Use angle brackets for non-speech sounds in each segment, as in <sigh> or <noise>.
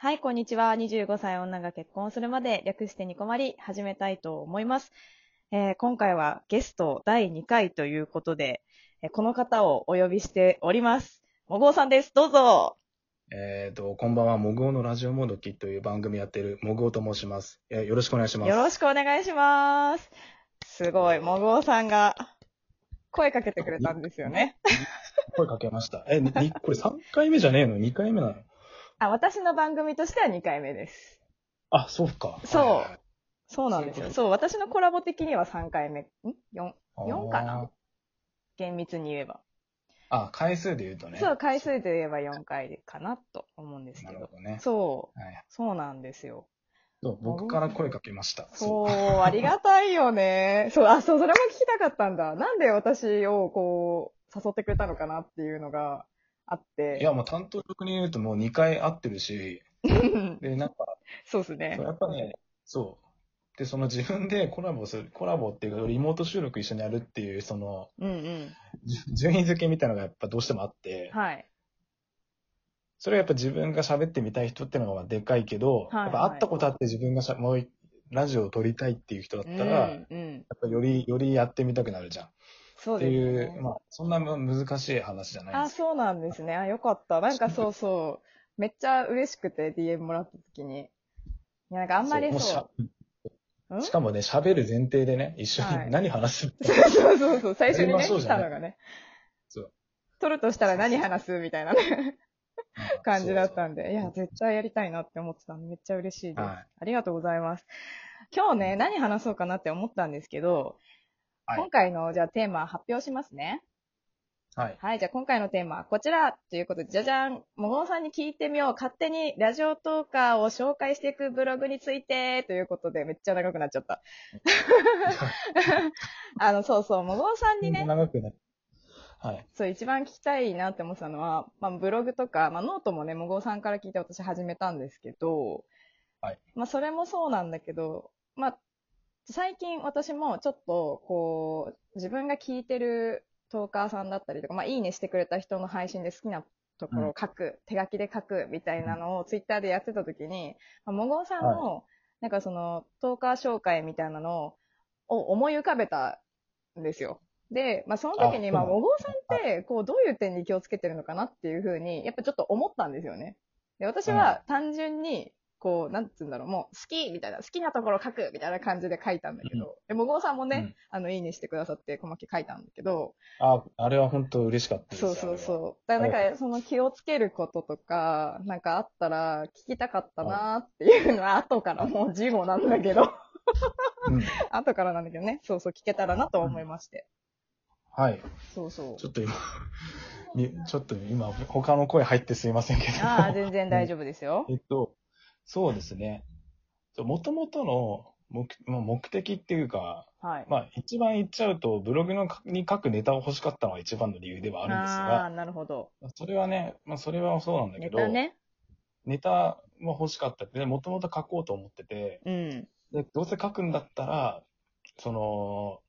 はい、こんにちは。25歳女が結婚するまで略してニコマリ始めたいと思います。えー今回はゲスト第2回ということで、えーこの方をお呼びしております。もごうさんです。どうぞ。えっ、と、こんばんは、モグオのラジオモドキという番組やってるモグオと申します。えーよろしくお願いします。よろしく。くお願いします。すごい、もごうさんが声かけてくれたんですよね。声かけました。え、に、にこれ3回目じゃねえの ?2 回目なのあ、私の番組としては2回目です。あ、そうか。そうはいはいそうなんですそよ。ういうことそう、私のコラボ的には3回目。ん ?4、はい4かな厳密に言えば。あーあ、回数で言うとね。そう、回数で言えば4回かなと思うんですけなるどほ。どね。そう、はい。そうなんですよ。そう、僕から声かけました。そう、ありがたいよね。そう、あ、そう、それも聞きたかったんだ。なんで私をこう、誘ってくれたのかなっていうのがあっうて。いや、もう担当職に言うともう2回会ってるし、で、なんか、 <laughs> そうですねそう。やっぱね、そう。で、その自分でコラボする、コラボっていうか、リモート収録一緒にやるっていう、その、うんうん。じ順位付けみたいなのがやっぱどうしてもあって、はい。それはやっぱ自分が喋ってみたい人ってのがでかいけはいど、はいやっぱ会ったことあって自分がしゃもうラジオを撮りたいっていう人だったら、やっうんうん。ぱより、よりやってみたくなるじゃん。っそうてですいう、ね。まあ、そんな難しい話じゃないんあ、ですけそうなんですね。あ、よかった。なんかそうそう。めっちゃ嬉しくて DM もらった時に。いや、なんかあどんまりもしそゃう。うんしかもね、喋る前提でね、一緒はいに何話す、そうそうそうそう。最初にやね、りましょう来じゃたないのがね。そう。撮るとしたら何話すみたいなねうん <laughs> 感じだったそんで。いや、絶対やりたいなって思ってたんで、めっちゃ嬉しいです。はいありがとうございます。今日ね、何話そうかなって思ったんですけど、はい今回の、じゃあテーマ発表しますね。うはい。はい、じゃあ今回のテーマはこちらということで、じゃじゃんもごうさんに聞いてみよう勝手にラジオトーカーを紹介していくブログについてということで、めっちゃ長くなっちゃった。 <laughs> あの、そうそう、もごうさんにね、長くなる。はい。そう、一番聞きたいなって思ってたのは、まあ、ブログとか、まあ、ノートもね、もごうさんから聞いて私始めたんですけど、はい。まあ、それもそうなんだけど、まあ、最近私もちょっと、こう、自分が聞いてるトーカーさんだったりとか、まあ、いいねしてくれた人の配信で好きなところを書く、手書きで書くみたいなのをツイッターでやってた時に、まあ、もごうさんの、なんかその、トーカー紹介みたいなのを思い浮かべたんですよ。で、まあ、その時に、あまあ、そうなおん坊さんって、こう、どういう点に気をつけてるのかなっていうふうに、やっぱちょっと思ったんですよね。で、私は単純に、こう、なんつうんだろう、もう、好きみたいな、好きなところ書くみたいな感じで書いたんだけど、で、もごうさんもね、あの、いいねしてくださって、細け書いたんだけど、あ、あれは本当嬉しかったです。そうそうあれは。そう。だから、なんか、その気をつけることとか、なんかあったら、聞きたかったなーっていうのは、後からもう <laughs> 事後なんだけど、うん <laughs> 後からなんだけどね、そうそう、聞けたらなと思いまして。はい。そうそう。ちょっと今、 <laughs> にちょっと今、他の声入ってすいませんけど。ああ、全然大丈夫です <laughs> よ。えっと、そうですね。もともとの目,、まあ、目的っていうか、はい。まあ、一番言っちゃうと、ブログのかに書くネタを欲しかったのが一番の理由ではあるんですああ、なるほど。が、それはね、まあ、それはそうなんだけネど、タね。ネタも欲しかったって、もともと書こうと思ってて、うん。でどうせ書くんだったら、その、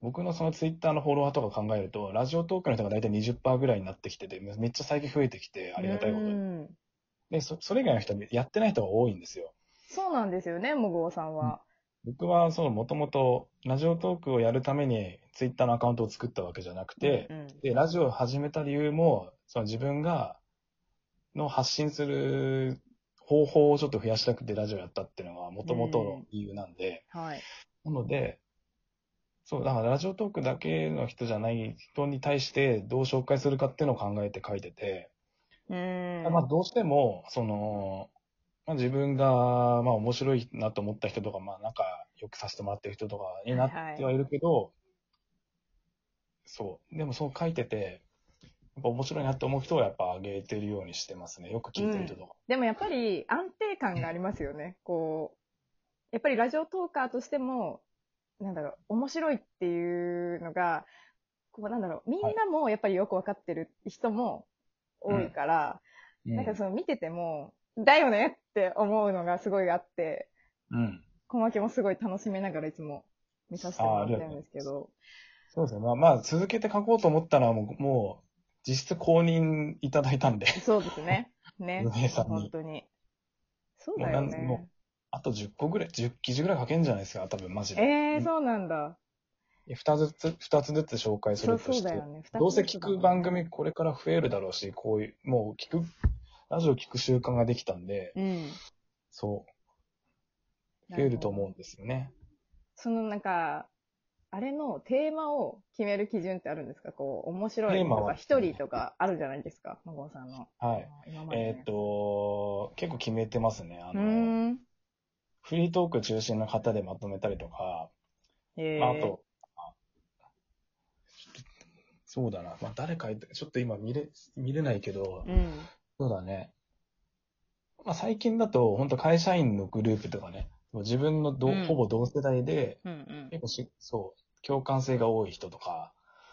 僕のそのツイッターのフォロワーとか考えると、ラジオトークの人が大体20%ぐらいになってきてて、めっちゃ最近増えてきて、ありがたいことうに。んで、そそれ以外の人はやってない人が多いんですよ。そうなんですよね、もぐおさんは。僕はそのもともとラジオトークをやるためにツイッターのアカウントを作ったわけじゃなくてう、んで、ラジオを始めた理由も、その自分が、の発信する方法をちょっと増やしたくてラジオやったっていうのがもともとの理由なんで、はい。なので、そう、だからラジオトークだけの人じゃない人に対してどう紹介するかっていうのを考えて書いてて、うん。まあどうしても、その、まあ、自分が、まあ面白いなと思った人とか、まあ仲良くさせてもらってる人とかになってはいるけど、そう。でもそう書いてて、やっぱ面白いなって思う人はやっぱ上げてるようにしてますね。よく聞いてる人とか。でもやっぱり安定感がありますよね。こう、やっぱりラジオトーカーとしても、なんだろう、面白いっていうのが、こうなんだろう、みんなもやっぱりよくわかってる人も多いから、うん。なんかその見てても、だよねって思うのがすごいあって、うん。小牧もすごい楽しみながらいつも見させてもらってるんですけど。そうですね。まあまあ続けて書こうと思ったのはもう、もう実質公認いただいたんで、 <laughs> <laughs> そうですね。ね。運営さんに本当に。そうだよもうなんもね。あと10個ぐらい、10記事ぐらい書けんじゃないですか、多分マジで。ええうんそうなんだ。 2つずつ、二つずつ紹介すそうるそとうしだてよ、ね。二つどうせ聞く番組これから増えるだろうし、こういう、もう聞く、ラジオ聞く習慣ができたんで、うん。そう、増えると思うんですよね。そのなんか、あれのテーマを決める基準ってあるんですかこう、面白いテーマとか、は一人とかあるじゃないですか、マゴンさんの。はい。今まで、えねーっ。と、結構決めてますね。あうーの、ん。フリートーク中心の方でまとめたりとか、えあーと、あそうだな。まあ、誰かいて、ちょっと今見れ、見れないけど、うん。そうだね。まあ、最近だと、本当会社員のグループとかね、もう自分のど、うんほぼ同世代で、うん結構し、そう、共感性が多い人とか、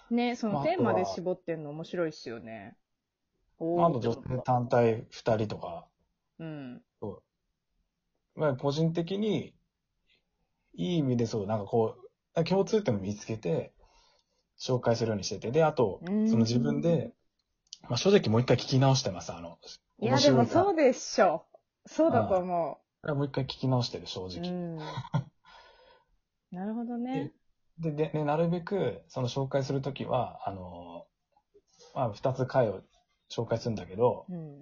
うん。ね、そまのあテーマであとは絞ってんの面白いっすよね。まおーあ、あと女性単体2人とか、うん。まあ、個人的に、いい意味でそう、なんかこう、共通点を見つけて、紹介するようにしてて、で、あと、うそんの自分で、まあ、正直もう一回聞き直してます、あの、いや、でもそううでしょ。そうだと思もう一回聞き直してる、正う。う直。ん。なるほどね。で、で、ね、なるべく、その紹介するときは、あの、まあ、二つ回を紹介するんだけど、うん。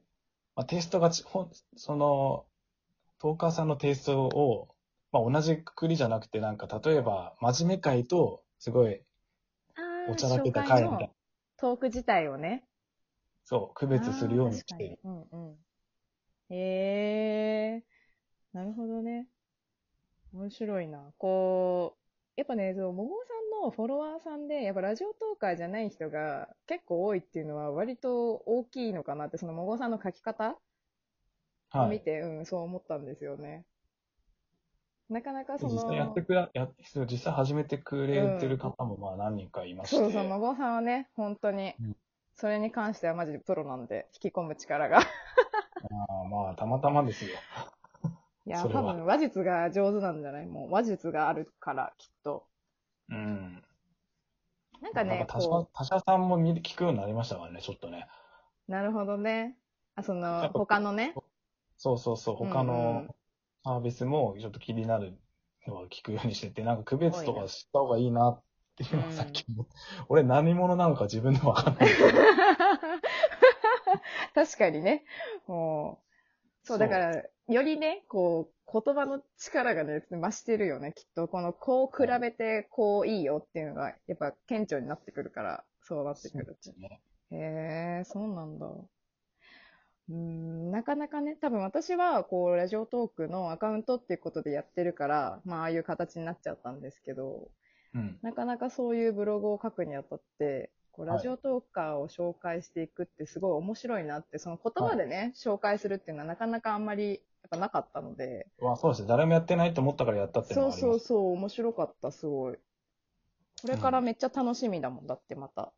まあ、テイストがち、ほん、その、トーカーさんのテイストを、まあ、同じくくりじゃなくて、なんか、例えば、真面目会と、すごい、あおーちゃらけた紹会介みたいなの、トーク自体をね。そう、区別するようにしあてーる。。確かにうんうん。へえー。なるほどね。面白いな。こう、やっぱね、そう、ももさんのフォロワーさんで、やっぱラジオトーカーじゃない人が結構多いっていうのは割と大きいのかなって、そのももさんの書き方をは見い。て、うん、そう思ったんですよね。なかなかそ実際やっのて、くら、や、そう実際始めてくれてる方も、まあ、何人かいまして。そうそう、まごさんはね、本当にうん、それに関してはマジでプロなんで、引き込む力 <laughs> が。まあ、まあ、たまたまですよ。いや、そ多れは分話術が上手なんじゃないもう話術があるから、きっと。うん。なんかなねん、か他社こ、他社さんも見る聞くようになりましたからね、ちょっとね。う、なるほどね。あ、そやの、っぱ他のね。そうそうそう、うんうん他のサービスもちょっと気になるのは聞くようにしてて、なんか区別とかした方がいいなっていうのうはんさっきも、俺何者なのか自分でもわかんない。 <laughs> 確かにね。もう、そう、だから、よりね、こう、言葉の力がね、増してるよね、きっと。この、こう比べて、こういいよっていうのが、やっぱ、顕著になってくるから、そうなってくるっていうね。へえ、そうなんだ。うーん、なかなかね、多分私は、こう、ラジオトークのアカウントっていうことでやってるから、まあ、ああいう形になっちゃったんですけど、うん。なかなかそういうブログを書くにあたって、こう、はいラジオトーカーを紹介していくってすごい面白いなって、その言葉でね、紹介するっていうのはなかなかあんまり、やっぱなかったので、まあそうですね。誰もやってないと思ったからやったっていうそうのはありそまうす。そう、面白かった、すごい。これからめっちゃ楽しみだもん、だってまた。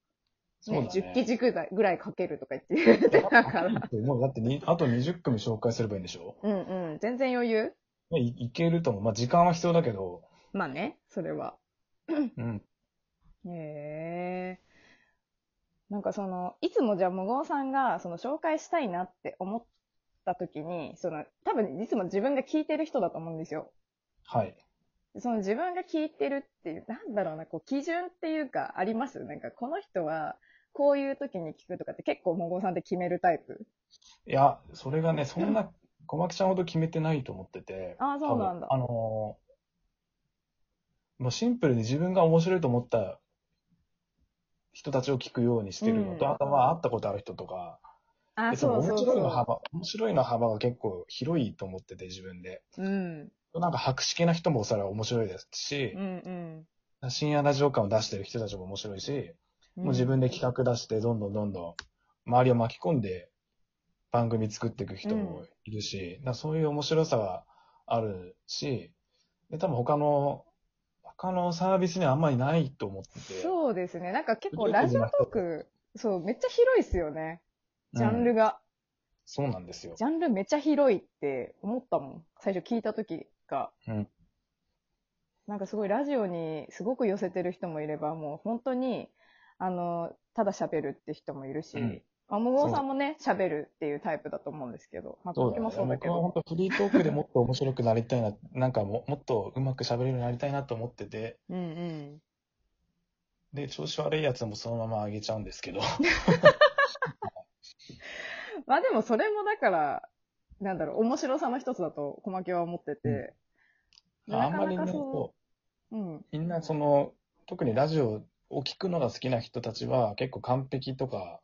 そうね、だ10ね記事ぐらいぐらい書けるとか言って言ってた <laughs> から。もうだってに、あと20組紹介すればいいんでしょうんうん、全然余裕ねいいけると思う。まあ時間は必要だけど、まあね、それは。うん。へえ。なんかその、いつもじゃあ、無言さんが、その、紹介したいなって思った時に、その、多分、いつも自分が聞いてる人だと思うんですよ。はい。その自分が聞いてるっていう、なんだろうな、こう、基準っていうか、ありますなんか、この人は、こういう時に聞くとかって結構、無言さんって決めるタイプいや、それがね、そんな、小牧ちゃんほど決めてないと思ってて。あーそうなんだ多分あのーもうシンプルに自分が面白いと思った人たちを聞くようにしてるのと、うんあとは会ったことある人とか、あでー、そうそう面白いその幅、面白いの幅が結構広いと思ってて、自分で。う。うん。なんか博識な人もそれは面白いですしう、ん深夜ラジオ感を出してる人たちも面白いし、うん。もう自分で企画出して、どんどんどんどん、周りを巻き込んで、番組作っていく人もいるし、だからそういう面白さがあるし、で、多分他の、他のサービスにはあんまりないと思ってて。そうですね。なんか結構ラジオトーク、そう、めっちゃ広いっすよね。ジャンうルんが。そうなんですよジ。ャンルめっちゃ広いって思ったもん。最初聞いた時が。うんなんかすごいラジオにすごく寄せてる人もいれば、もう本当に、あの、ただ喋るって人もいるし、うんあ、もごさんもね、喋るっていうタイプだと思うんですけど、まあ、そう僕だねもそうだけ僕はど。本当フリートークでもっと面白くなりたいな、 <laughs> なんかももっとうまく喋れるようになりたいなと思ってて、うんうん。で、調子悪いやつもそのまま上げちゃうんですけど。まあでもそれもだから、なんだろう、面白さの一つだと、小牧は思ってて。であんまりなかなかね、こそう。うん。う、みんなその、特にラジオを聞くのが好きな人たちは結構完璧とか、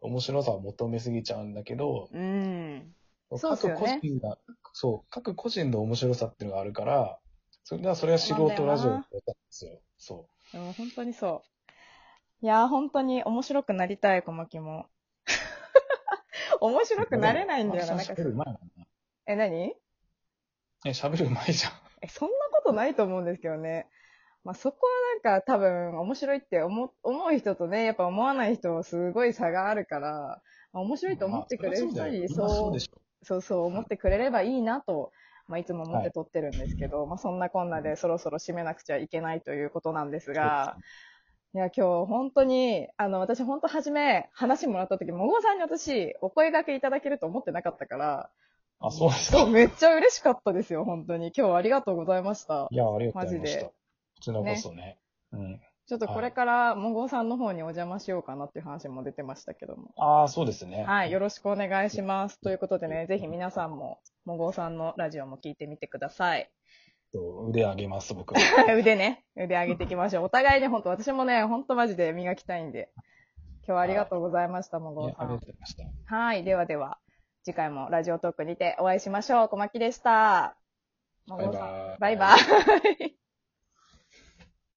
面白さを求めすぎちゃうんだけど、うん。そうっすよ各個ね人が、そう、各個人の面白さっていうのがあるから、それではそれは素人ラジオだったんですよ。そでも本当にそう。いやー、本当に面白くなりたい、小牧も。 <laughs> 面う。白くなれないんだよな。な。なんか喋るうまいもんな。え、何え、喋るうまいじゃん。え、そんなことないと思うんですけどね。まあ、そこはなんか多分面白いって思思う人とね、やっぱ思わない人はすごい差があるから、まあ面白いと思ってくれる人に、まあそそううで、しょ。そうそう思ってくれればいいなと、まあ、いつも思って撮ってるんですけど、まあ、そんなこんなでそろそろ締めなくちゃいけないということなんですが、いや、今日本当に、あの、私本当初め話もらった時、もごさんに私お声掛けいただけると思ってなかったから、あ、そうでしそたう、。めっちゃ嬉しかったですよ、本当に。今日はありがとうございました。いや、ありがとうございましマジた。でこちらこそね。うん。ちょっとこれから、もごさんの方にお邪魔しようかなっていう話も出てましたけども。ああ、そうですね。はい、よろしくお願いします。ということでね、ぜひ皆さんも、もごさんのラジオも聞いてみてください。そう腕上げます、<laughs> 僕は。腕ね、腕上げていきましょう。お互いね、本当私もね、本当マジで磨きたいんで。今日はありがとうございました、もいごやさありがとうんご。ざいました。はい、ではでは、次回もラジオトークにてお会いしましょう。小牧でした。もバイごさん、ババイイ。バイ。